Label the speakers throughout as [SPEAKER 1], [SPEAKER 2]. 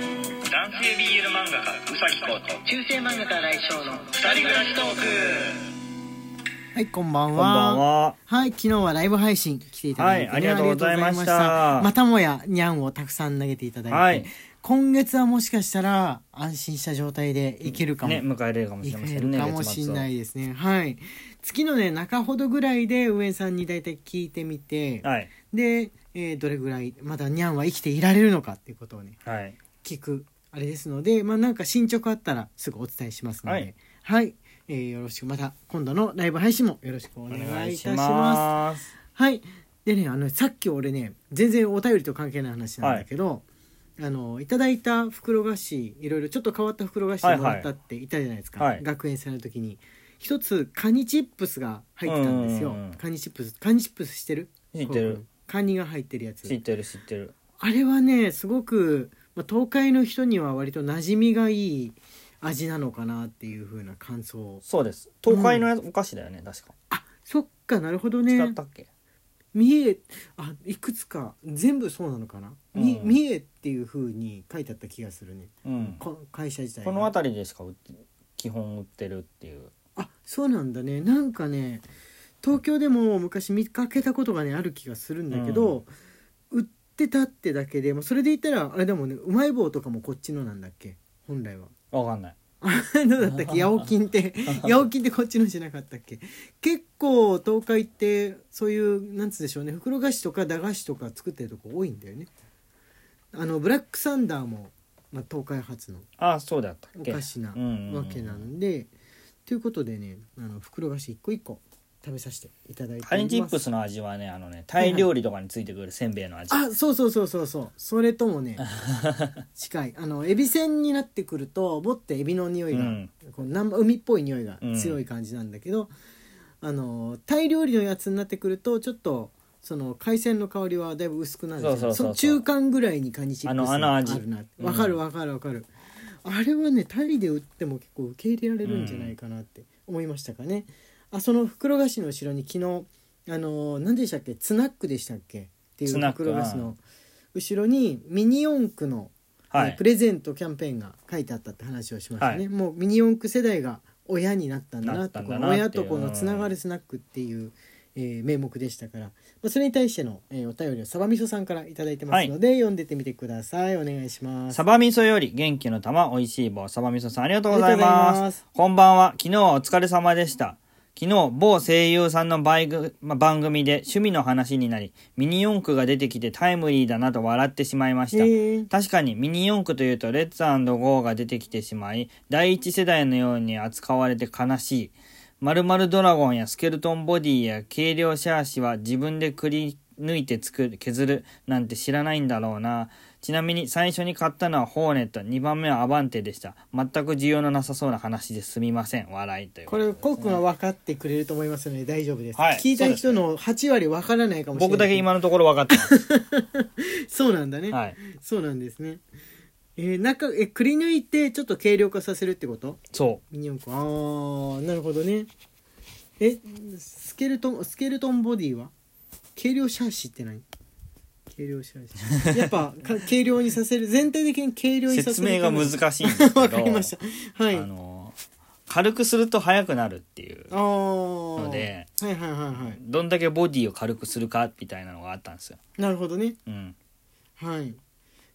[SPEAKER 1] 男性 BL 漫画家うさぎこと
[SPEAKER 2] 中世漫画家来翔の
[SPEAKER 1] 二人暮らしトーク
[SPEAKER 2] はいこんばんは
[SPEAKER 3] こんばんは。
[SPEAKER 2] はい昨日はライブ配信来ていただいて、
[SPEAKER 3] はいありがとうござい
[SPEAKER 2] あ
[SPEAKER 3] ました
[SPEAKER 2] りがとうございましたまたもやにゃんをたくさん投げていただいて、
[SPEAKER 3] はい
[SPEAKER 2] 今月はもしかしたら安心した状態でいけるかも、
[SPEAKER 3] ね、迎えれるかもし
[SPEAKER 2] い
[SPEAKER 3] れませ
[SPEAKER 2] け
[SPEAKER 3] ん
[SPEAKER 2] る
[SPEAKER 3] ね。
[SPEAKER 2] かもしれない
[SPEAKER 3] 月
[SPEAKER 2] ですねはい月のね中ほどぐらいで上さんに大体聞いてみて、
[SPEAKER 3] 末をはい。
[SPEAKER 2] で、えーどれぐらいまだにゃんは生きていられるのかっていうことをね
[SPEAKER 3] はい。
[SPEAKER 2] 聞くあれですのでまあなんか進捗あったらすぐお伝えしますのでは
[SPEAKER 3] はいい、
[SPEAKER 2] えーよろしくまた今度のライブ配信もよろしくお
[SPEAKER 3] お
[SPEAKER 2] 願いいたします
[SPEAKER 3] ます。
[SPEAKER 2] はいでねあのさっき俺ね全然お便りと関係ない話なんだけど、あのいただいた袋菓子いろいろちょっと変わった袋菓子もらったって言ったじゃないですか、
[SPEAKER 3] はい
[SPEAKER 2] 学園祭の時に一つカニチップスが入ってたんですよ
[SPEAKER 3] うんうんうん
[SPEAKER 2] カニチップスカニチップス知ってる
[SPEAKER 3] 知ってる
[SPEAKER 2] カニが入ってるやつ
[SPEAKER 3] 知ってる知ってる。
[SPEAKER 2] あれはねすごく、まあ、東海の人には割と馴染みがいい味なのかなっていう風な感想
[SPEAKER 3] そうです。東海のやつお菓子だよね、確か。
[SPEAKER 2] あそっかなるほどね
[SPEAKER 3] 違ったっけ
[SPEAKER 2] 三重あいくつか全部そうなのかな、み
[SPEAKER 3] うん
[SPEAKER 2] 三重っていう風に書いてあった気がするね
[SPEAKER 3] うん。こ
[SPEAKER 2] こ会社自体が
[SPEAKER 3] の辺りでしか売って基本売ってるっていう。
[SPEAKER 2] あそうなんだねなんかね東京でも昔見かけたことがねある気がするんだけど、売ってたってだけでもうそれで言ったらあれだもんねうまい棒とかもこっちのなんだっけ本来は
[SPEAKER 3] わかんない。
[SPEAKER 2] どうだった っけ八百金って八百金ってこっちのじゃなかったっけ結構東海ってそういうなんつうんでしょうね袋菓子とか駄菓子とか作ってるとこ多いんだよねあのブラックサンダーも、まあ、東海発の
[SPEAKER 3] あ、そうだったっ
[SPEAKER 2] お
[SPEAKER 3] け。
[SPEAKER 2] かしな
[SPEAKER 3] うんうんうん
[SPEAKER 2] わけなんでということでねあの袋菓子一個一個食べさせていただいて
[SPEAKER 3] カ
[SPEAKER 2] おり
[SPEAKER 3] ニ
[SPEAKER 2] ます
[SPEAKER 3] チップスの味はね、あのね、タイ料理とかについてくるせんべいの味。
[SPEAKER 2] あそうそうそうそうそうそれとも ね近いあのエビせんになってくるともってエビの匂いが、
[SPEAKER 3] うん
[SPEAKER 2] こうなん海っぽい匂いが強い感じなんだけど、あのタイ料理のやつになってくるとちょっとその海鮮の香りはだいぶ薄くなるじゃん
[SPEAKER 3] そうそうそうそう
[SPEAKER 2] の中間ぐらいにカニチップス
[SPEAKER 3] あのあの味
[SPEAKER 2] るな
[SPEAKER 3] うん
[SPEAKER 2] わかるわかるわかる、あれはねタイで売っても結構受け入れられるんじゃないかなって思いましたかね、あその袋菓子の後ろに昨日あのー何でしたっけツナックでしたっけっていう
[SPEAKER 3] ツナック
[SPEAKER 2] 袋菓子の後ろにミニ四駆の、
[SPEAKER 3] は
[SPEAKER 2] えー
[SPEAKER 3] い
[SPEAKER 2] プ。レゼントキャンペーンが書いてあったって話をしましたね、
[SPEAKER 3] はい
[SPEAKER 2] もうミニ四駆世代が親になったんだな
[SPEAKER 3] な
[SPEAKER 2] っ
[SPEAKER 3] ってたん
[SPEAKER 2] こ
[SPEAKER 3] だ
[SPEAKER 2] の
[SPEAKER 3] なっていう
[SPEAKER 2] 親と子のつながるスナックっていう、えー名目でしたから、まあ、それに対しての、えーお便りをサバみそさんから頂いただいてますので、読んでってみてくださいお願いします
[SPEAKER 3] サバ味噌より元気の玉美味しい棒サバ味噌さんありがとうござい
[SPEAKER 2] ありがとう
[SPEAKER 3] ま
[SPEAKER 2] ご
[SPEAKER 3] す
[SPEAKER 2] ざいます
[SPEAKER 3] こんばんは昨日はお疲れ様でした昨日某声優さんのバイグま番組で趣味の話になりミニ四駆が出てきてタイムリーだなと笑ってしまいました、
[SPEAKER 2] へー
[SPEAKER 3] 確かにミニ四駆というとレッツゴーが出てきてしまい第一世代のように扱われて悲しい〇〇ドラゴンやスケルトンボディや軽量シャーシは自分でくり抜いて作る削るなんて知らないんだろうなちなみに最初に買ったのはホーネット2番目はアバンテでした全く需要のなさそうな話ですみません笑いという
[SPEAKER 2] これコウ君は分かってくれると思いますので大丈夫です、
[SPEAKER 3] はい
[SPEAKER 2] 聞いた人の8割分からないかもしれない
[SPEAKER 3] 僕だけ今のところ分かっ てます、
[SPEAKER 2] そうなんだね、
[SPEAKER 3] はい、
[SPEAKER 2] そうなんですね。えー、中えくり抜いてちょっと軽量化させるってこと
[SPEAKER 3] そ
[SPEAKER 2] ミニ四駆あーなるほどねえスケルトンスケルトンボディは軽量シャーシって何軽量シャー シやっぱか軽量にさせる全体的に軽量
[SPEAKER 3] う
[SPEAKER 2] にさせ
[SPEAKER 3] 説
[SPEAKER 2] る
[SPEAKER 3] 明が難
[SPEAKER 2] し
[SPEAKER 3] しいんですけ ど
[SPEAKER 2] わかりましたはい
[SPEAKER 3] あの軽くすると速くなるっていう
[SPEAKER 2] あー
[SPEAKER 3] ので
[SPEAKER 2] はいはいはいはい
[SPEAKER 3] どんだけボディを軽くするかみたいなのがあったんですよ、
[SPEAKER 2] なるほどね
[SPEAKER 3] うん、
[SPEAKER 2] はい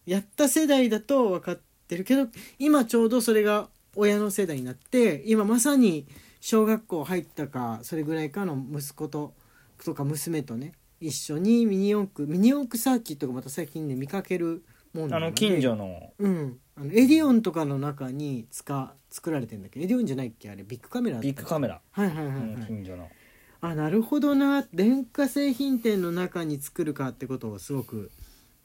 [SPEAKER 2] やった世代だと分かってるけど今ちょうどそれが親の世代になって今まさに小学校入ったかそれぐらいかの息子ととか娘とね一緒にミニ四駆ミニ四駆サーキットがまた最近ね見かけるもんな
[SPEAKER 3] あ
[SPEAKER 2] ので
[SPEAKER 3] の近所の
[SPEAKER 2] うんあのエディオンとかの中に使作られてんだっけどエディオンじゃないっけあれビッグカメラだった
[SPEAKER 3] ビッグカメラ
[SPEAKER 2] はいはいはい、
[SPEAKER 3] う
[SPEAKER 2] はい
[SPEAKER 3] ん近所の
[SPEAKER 2] あなるほどな電化製品店の中に作るかってことをすごく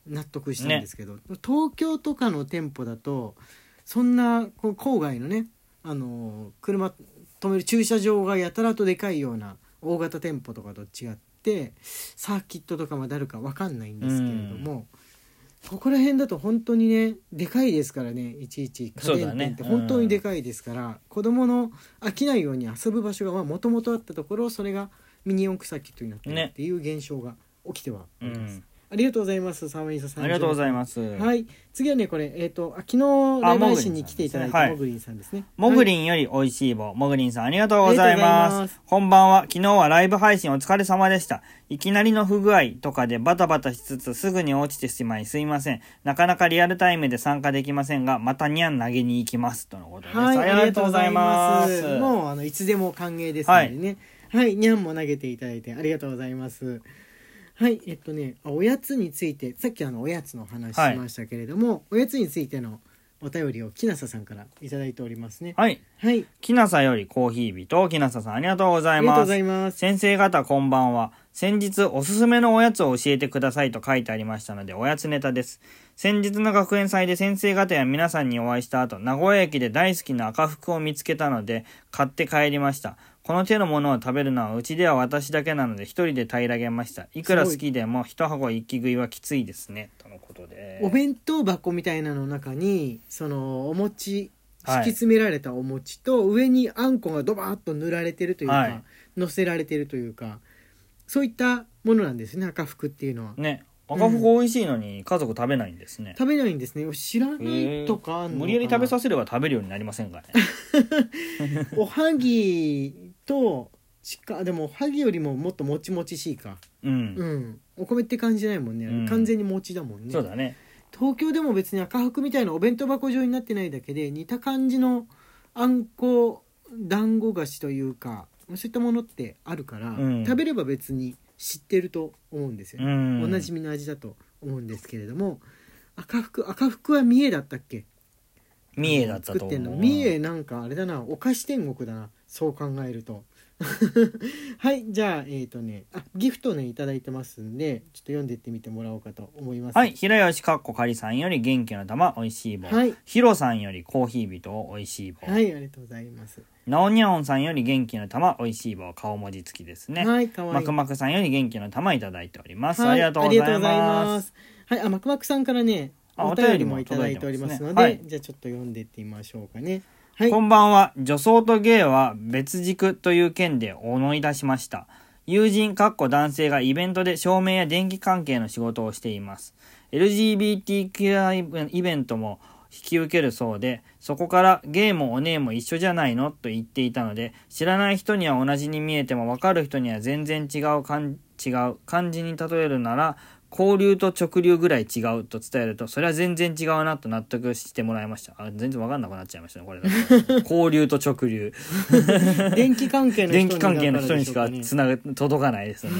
[SPEAKER 2] 納得したんですけど、東京とかの店舗だとそんなこう郊外のねあのー車止める駐車場がやたらとでかいような大型店舗とかと違ってサーキットとかまであるか分かんないんですけれども、ここら辺だと本当にねでかいですからねいちいち家
[SPEAKER 3] そうだ
[SPEAKER 2] 電
[SPEAKER 3] ね
[SPEAKER 2] 店って
[SPEAKER 3] うん
[SPEAKER 2] 本当にでかいですから、子供の飽きないように遊ぶ場所がもともとあったところそれがミニ四駆サーキットになってる
[SPEAKER 3] ね
[SPEAKER 2] っていう現象が起きてはおります。
[SPEAKER 3] うん
[SPEAKER 2] ありがとうございますサマインサさん
[SPEAKER 3] ありがとうございます。
[SPEAKER 2] はい次はねこれえっ、とあ昨日ライブ配信に来ていただい
[SPEAKER 3] あ
[SPEAKER 2] た
[SPEAKER 3] モ
[SPEAKER 2] モ
[SPEAKER 3] グ
[SPEAKER 2] グリンさんですね
[SPEAKER 3] もぐり
[SPEAKER 2] ン
[SPEAKER 3] んより美味しい棒。もぐりんさんありがとうござ
[SPEAKER 2] あ
[SPEAKER 3] いま
[SPEAKER 2] りがとうござい
[SPEAKER 3] す。
[SPEAKER 2] ます
[SPEAKER 3] こんばんは。昨日はライブ配信お疲れ様でした。いきなりの不具合とかでバタバタしつつすぐに落ちてしまいすいません。なかなかリアルタイムで参加できませんが、またニャン投げに行きます。とのことです。
[SPEAKER 2] はいありがとうございま
[SPEAKER 3] あり
[SPEAKER 2] す
[SPEAKER 3] がとうございます
[SPEAKER 2] もうあのいつでも歓迎ですのでねはい、にゃんも投げていただいてありがとうございますはいえっとねあおやつについてさっきあのおやつの話しましたけれども、おやつについてのお便りをきなささんからいただいておりますね
[SPEAKER 3] はい。
[SPEAKER 2] はい
[SPEAKER 3] きなさよりコーヒー日ときなささんありがとうござ
[SPEAKER 2] あ
[SPEAKER 3] い
[SPEAKER 2] りがとうご
[SPEAKER 3] ます
[SPEAKER 2] ざ。います
[SPEAKER 3] 先生方こんばんは先日おすすめのおやつを教えてくださいと書いてありましたのでおやつネタです先日の学園祭で先生方や皆さんにお会いした後名古屋駅で大好きな赤服を見つけたので買って帰りましたこの手のものを食べるのはうちでは私だけなので一人で平らげましたいくら好きでも一箱一気食いはきついですねとのことで
[SPEAKER 2] お弁当箱みたいなの中にそのお餅
[SPEAKER 3] は
[SPEAKER 2] 敷
[SPEAKER 3] い
[SPEAKER 2] き詰められたお餅と、上にあんこがドバーッと塗られてるというか、
[SPEAKER 3] はい
[SPEAKER 2] 乗せられてるというかそういったものなんですね赤福っていうのは、
[SPEAKER 3] ね赤服美味しいのに家族食べないんですね、
[SPEAKER 2] 食べないんですね知らないとかあんのかな
[SPEAKER 3] 無理やり食べさせれば食べるようになりませんかね
[SPEAKER 2] おはぎとちかでもおはぎよりももっともちもちしいか
[SPEAKER 3] うん、
[SPEAKER 2] うんお米って感じじゃないもんね、あれ
[SPEAKER 3] うん
[SPEAKER 2] 完全に餅だもんね
[SPEAKER 3] そうだね
[SPEAKER 2] 東京でも別に赤福みたいなお弁当箱状になってないだけで似た感じのあんこ団子菓子というかそういったものってあるから、
[SPEAKER 3] うん
[SPEAKER 2] 食べれば別に知ってると思うんですよ
[SPEAKER 3] う
[SPEAKER 2] ね、
[SPEAKER 3] ん
[SPEAKER 2] おなじみの味だと思うんですけれども赤福赤福は三重だったっけ
[SPEAKER 3] 三重だったと
[SPEAKER 2] 作っ
[SPEAKER 3] 思
[SPEAKER 2] て
[SPEAKER 3] うん
[SPEAKER 2] の三重なんかあれだなお菓子天国だなそう考えると はいじゃあえっ、とねあギフトね頂いただいてますんでちょっと読んでってみてもらおうかと思います
[SPEAKER 3] はい平吉かっこかりさんより元気の玉おいしい棒、
[SPEAKER 2] はい
[SPEAKER 3] ヒロさんよりコーヒー人おいしい棒、
[SPEAKER 2] はい、ありがとうございます。
[SPEAKER 3] なおにゃおんさんより元気の玉おいしい棒顔文字付きですね、
[SPEAKER 2] はい、かわいい。
[SPEAKER 3] まくまくさんより元気の玉いただいております、
[SPEAKER 2] はい、
[SPEAKER 3] ありがとうござ
[SPEAKER 2] あり
[SPEAKER 3] います
[SPEAKER 2] がとうございます。はい、あ、まくまくさんからね、
[SPEAKER 3] あ
[SPEAKER 2] お
[SPEAKER 3] お便
[SPEAKER 2] 便
[SPEAKER 3] り
[SPEAKER 2] り
[SPEAKER 3] も
[SPEAKER 2] もいただいておりますので、
[SPEAKER 3] 届いてますね
[SPEAKER 2] じゃあちょっと読んでってみましょうか ね。はい
[SPEAKER 3] こ。んばんは女装と芸は別軸という件で思い出しました友人かっこ男性がイベントで照明や電気関係の仕事をしています LGBTQI イベントも引き受けるそうでそこからゲイもお姉も一緒じゃないのと言っていたので知らない人には同じに見えても分かる人には全然違う感違う漢字に例えるなら交流と直流ぐらい違うと伝えるとそれは全然違うなと納得してもらいましたあ全然分かんなくなっちゃいましたねこれだ と交流と直流
[SPEAKER 2] 電気関係の人
[SPEAKER 3] 電
[SPEAKER 2] に
[SPEAKER 3] 気関係の人にしか
[SPEAKER 2] ね
[SPEAKER 3] つなが届かないですよね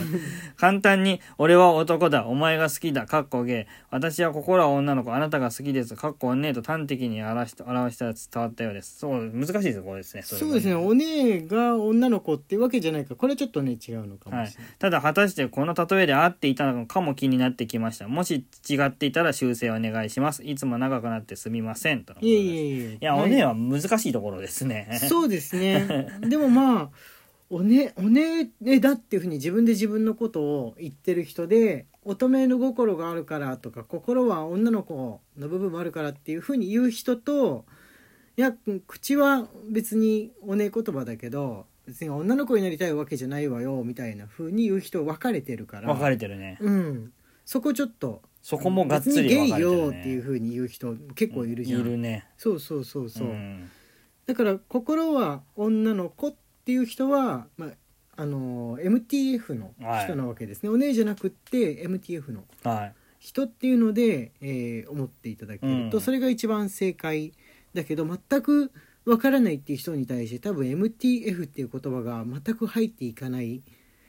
[SPEAKER 3] 簡単に「俺は男だお前が好きだ」かっこゲー私は心は女の子あなたが好きですかっこねえと端的に表した表したら伝わったようですそう難しいですこれですねれ
[SPEAKER 2] そうですね、お姉が女の子ってわけじゃないから、これはちょっとね、違うのか
[SPEAKER 3] は
[SPEAKER 2] も
[SPEAKER 3] い
[SPEAKER 2] しれない。、
[SPEAKER 3] ただ果たしてこの例えで合っていたのかも気になってきましたもし違っていたら修正お願いしますいつも長くなってすみませんとのこと
[SPEAKER 2] い、
[SPEAKER 3] で
[SPEAKER 2] え
[SPEAKER 3] す
[SPEAKER 2] いえいえ。
[SPEAKER 3] いや、
[SPEAKER 2] は
[SPEAKER 3] お姉は難しいところですね
[SPEAKER 2] そうです ね。でもまあ、おね、おね、ねだっていうふうに自分で自分のことを言ってる人で、乙女の心があるからとか、心は女の子の部分もあるからっていうふうに言う人と、いや、口は別におね言葉だけど、別に女の子になりたいわけじゃないわよ、みたいなふうに言う人分かれてるから。
[SPEAKER 3] 分かれてるね
[SPEAKER 2] うん。そこちょっと、
[SPEAKER 3] そこもがっつり
[SPEAKER 2] 別
[SPEAKER 3] 分
[SPEAKER 2] に
[SPEAKER 3] か
[SPEAKER 2] ゲイ
[SPEAKER 3] れてる、
[SPEAKER 2] よ
[SPEAKER 3] ね、
[SPEAKER 2] っていうふうに言う人結構いるじゃん。
[SPEAKER 3] いるね
[SPEAKER 2] そうそうそうそう。
[SPEAKER 3] ん
[SPEAKER 2] だから心は女の子っていう人は、まああの MTF の人なわけですね、お姉じゃなくって MTF の
[SPEAKER 3] はい
[SPEAKER 2] 人っていうので、えー思っていただけると、
[SPEAKER 3] うん
[SPEAKER 2] それが一番正解だけど全くわからないっていう人に対して多分 MTF っていう言葉が全く入っていかない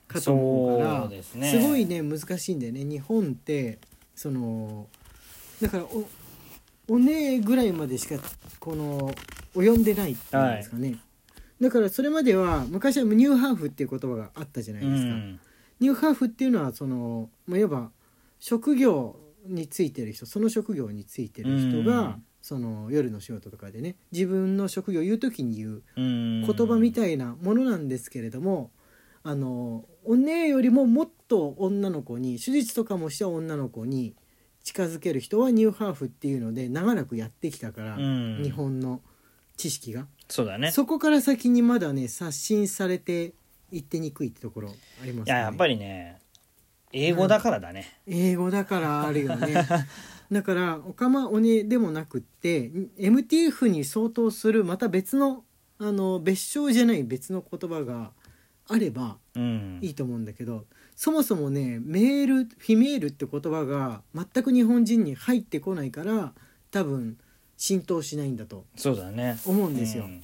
[SPEAKER 2] かと思うから
[SPEAKER 3] そうですね
[SPEAKER 2] ごいね難しいんだよね日本ってそのだからおお姉ぐらいまでしかこの及んでないっていうんですかね、だからそれまでは昔はニューハーフっていう言葉があったじゃないうですか、
[SPEAKER 3] ん
[SPEAKER 2] ニューハーフっていうのはそのまあいわば職業についてる人その職業についてる人が、
[SPEAKER 3] うん
[SPEAKER 2] その夜の仕事とかでね自分の職業を言う時に言う
[SPEAKER 3] うん
[SPEAKER 2] 言葉みたいなものなんですけれども、あのお姉よりももっと女の子に手術とかもした女の子に近づける人はニューハーフっていうので長らくやってきたから、
[SPEAKER 3] うん
[SPEAKER 2] 日本の知識が、
[SPEAKER 3] そうだね
[SPEAKER 2] そこから先にまだね刷新されていってにくいってところあります
[SPEAKER 3] いややっぱ
[SPEAKER 2] り
[SPEAKER 3] りね英語だからだね、
[SPEAKER 2] 英語だからあるよね だからオカマオネでもなくってん MTF に相当するまた別のあの別称じゃない別の言葉があれば
[SPEAKER 3] うん
[SPEAKER 2] いいと思うんだけどそもそもねメールフィメールって言葉が全く日本人に入ってこないから多分浸透しないんだと
[SPEAKER 3] そうだね
[SPEAKER 2] 思うんですよ、
[SPEAKER 3] うん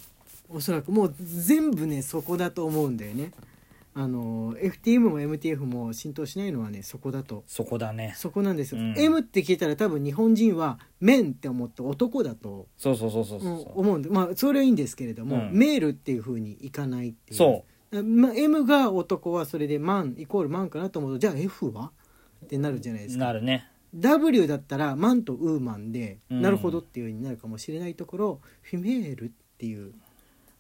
[SPEAKER 2] おそらくもう全部ねそこだと思うんだよねあの FTM も MTF も浸透しないのはねそこだと
[SPEAKER 3] そこだね
[SPEAKER 2] そこなんですよ、
[SPEAKER 3] うん
[SPEAKER 2] M って聞いたら多分日本人は「面」って思って男だと
[SPEAKER 3] そうそうそうそう
[SPEAKER 2] うん
[SPEAKER 3] そう、
[SPEAKER 2] 思うんでまあそれはいいんですけれども、
[SPEAKER 3] うん
[SPEAKER 2] メールっていう風にいかないっていう、
[SPEAKER 3] そう
[SPEAKER 2] まあ、M が男はそれで「マン」イコール「マン」かなと思うとじゃあ F はってなるじゃないで
[SPEAKER 3] う
[SPEAKER 2] すか
[SPEAKER 3] なるね
[SPEAKER 2] W だったら「マン」と「ウーマンで」
[SPEAKER 3] うん
[SPEAKER 2] なるほどっていう風になるかもしれないところフィメールっていう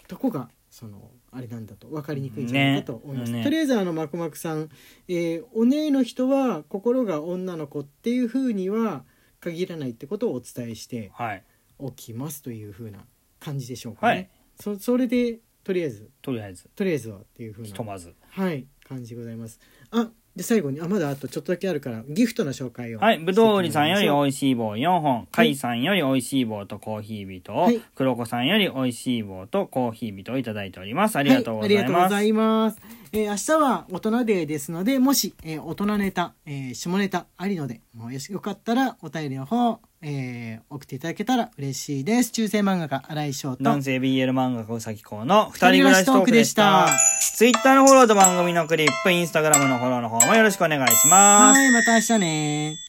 [SPEAKER 2] とこがそのあれなんだと分かりにくいんじゃないかと思います、
[SPEAKER 3] ねね
[SPEAKER 2] とりあえずあのマクマクさん、えーお姉の人は心が女の子っていう風には限らないってことをお伝えして
[SPEAKER 3] はい
[SPEAKER 2] おきますという風な感じでしょうかね、
[SPEAKER 3] はい
[SPEAKER 2] そそれでとりあえず
[SPEAKER 3] とりあえず
[SPEAKER 2] とりあえずはっていう風
[SPEAKER 3] ひ
[SPEAKER 2] な
[SPEAKER 3] とまず
[SPEAKER 2] はい感じでございますあで最後にあまだあとちょっとだけあるからギフトの紹介を
[SPEAKER 3] はい、ぶどう売りさんより
[SPEAKER 2] 多
[SPEAKER 3] 美味しい棒4本、かいさんより美味しい棒とコーヒービトを、
[SPEAKER 2] はい
[SPEAKER 3] 黒子さんより美味しい棒とコーヒービトをいただいております。ありがとうござい
[SPEAKER 2] はありがとう
[SPEAKER 3] ま
[SPEAKER 2] ご
[SPEAKER 3] す。
[SPEAKER 2] ざいます。えー明日は大人デーですので、もし、えー大人ネタ、えー下ネタありので、もうよしよかったらお便りの方、えー送っていただけたら嬉しいです。中世漫画家新井翔と。
[SPEAKER 3] 男性 BL 漫画家うさぎこうの二人暮らしトークでし
[SPEAKER 2] 二人暮ら
[SPEAKER 3] た
[SPEAKER 2] しトークで。
[SPEAKER 3] ツイッターのフォローと番組のクリップ、インスタグラムのフォローの方もよろしくお願いします。
[SPEAKER 2] はい、また明日ね。